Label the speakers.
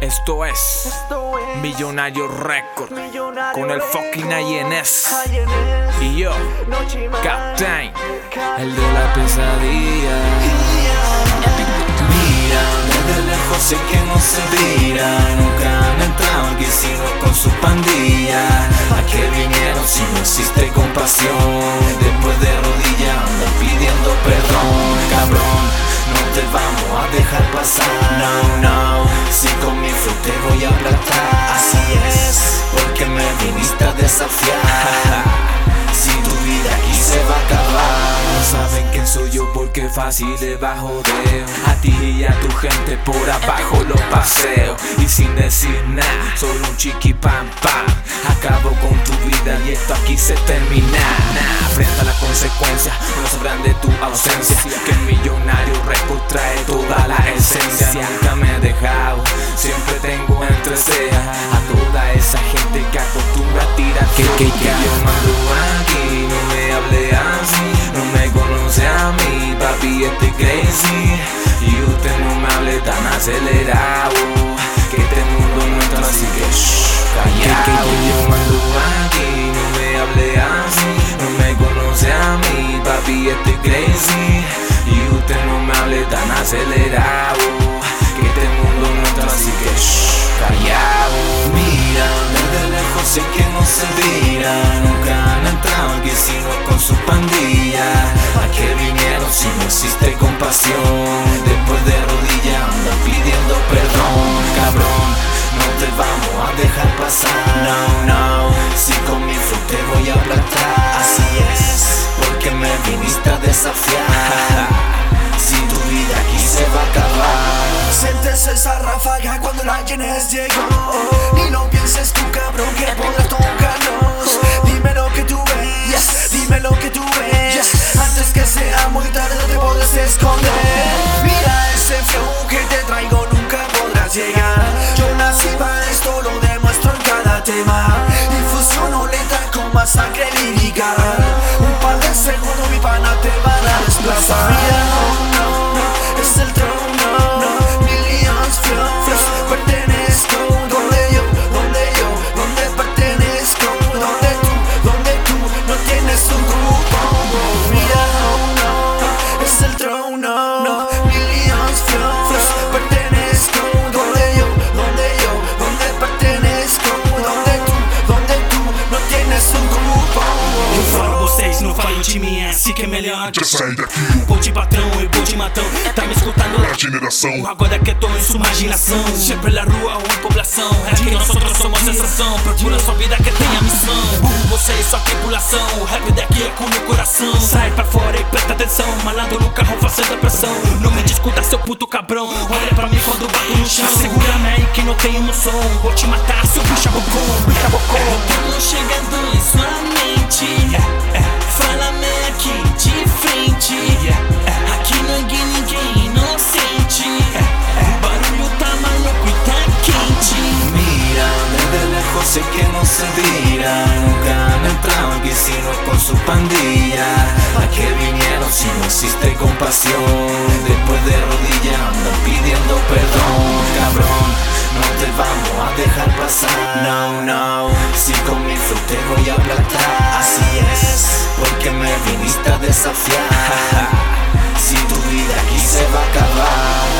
Speaker 1: Esto es
Speaker 2: Esto es
Speaker 1: Millonario Record
Speaker 2: Millonario
Speaker 1: con el
Speaker 2: Record.
Speaker 1: fucking INS
Speaker 2: Hyenas,
Speaker 1: y yo,
Speaker 2: Noche más,
Speaker 1: Captain,
Speaker 2: Captain.
Speaker 1: el de la pesadilla.
Speaker 3: Mira, desde lejos sé que no se tira Nunca han entrado en sino con su pandilla ¿A qué vinieron si no existe compasión? Después de rodillas andan pidiendo perdón Cabrón, no te vamos a dejar pasar No, no, si comienzo te voy a aplastar Así es, porque me viniste a desafiar Si tu vida aquí se va a acabar No saben quién soy yo porque fácil debajo de A ti y a tu gente por abajo lo paseo Y sin decir nada, solo un chiqui pam pam Acabo con tu vida y esto aquí se termina Nah, Frente a las consecuencias, no sabrán de tu ausencia Que el millonario récord trae toda la esencia Nunca me he dejado, siempre tengo entre cejas A toda esa gente que acostumbra a tirar Que, que, que yo mando aquí, no me hable así No me conoce a mí, papi, estoy crazy Y usted no me hable tan acelerado Que este mundo no está así que shh, callao Que, que yo mando aquí, no me hable así No me conoce a mí, papi, estoy crazy Y usted no me hable tan acelerado Que este mundo no está así que shh, callao Mira, desde lejos sé que no se tira Nunca han entrado aquí sino con su pandilla ¿A qué vinieron si no existe compasión? Después de rodillas andan pidiendo perdón Cabrón, no te vamos a dejar pasar No, no, si comienzo te voy a aplastar Así es, porque me viniste a desafiar Si tu vida aquí se va a acabar
Speaker 2: Sientes esa ráfaga cuando la llenes llegó Y no pienses tú cabrón que podrás tocarnos Dime lo que tú ves, dime lo que tú ves Antes que sea muy tarde no te podrás esconder Mira ese flow que te traigo nunca podrás llegar Yo nací para esto, lo demuestro en cada tema Infusiono letra con más sangre lírica Un par de segundos mi pana te van a desplazar Mira, no, no, es el trono Millions flows, pertenezco Donde yo, donde yo, donde pertenezco Donde tú, donde tú, no tienes un grupo Mira, no, no, es el trono Millions flows, pertenezco Donde yo, donde yo, donde pertenezco Donde tú, donde tú, no tienes un grupo
Speaker 4: Eu falo, vocês não falam de mim, é assim que é melhor.
Speaker 5: Pra sair daqui,
Speaker 4: Vou de patrão, eu vou de matão. Tá me escutando
Speaker 5: a generação
Speaker 4: Agora que tô em sua imaginação Sempre na rua ou em população Aqui nós outros somos sensação Procura sua vida que tem a missão Uh, você e sua tripulação O rap daqui é com o meu coração Sai pra fora e presta atenção Malandro no carro fazendo pressão Não me discuta seu puto cabrão Olha pra mim quando bato no chão Segura aí que não tenho um som Vou te matar seu bicha bocão Bicha bocão
Speaker 6: Estamos chegando em sua mente. Fala-me aqui de frente. Aqui ninguém, ninguém inocente. O barulho tá maluco e tá quente.
Speaker 3: Mira, desde lejos sé que no se tira Nunca han entrado aquí sino con su pandilla ¿A qué vinieron si no existe compasión? Después de rodillas andan pidiendo perdón Cabrón, no te vamos a dejar pasar No, no, si comienzo te voy a aplastar Así es, porque me viniste a desafiar Si tu vida aquí se va a acabar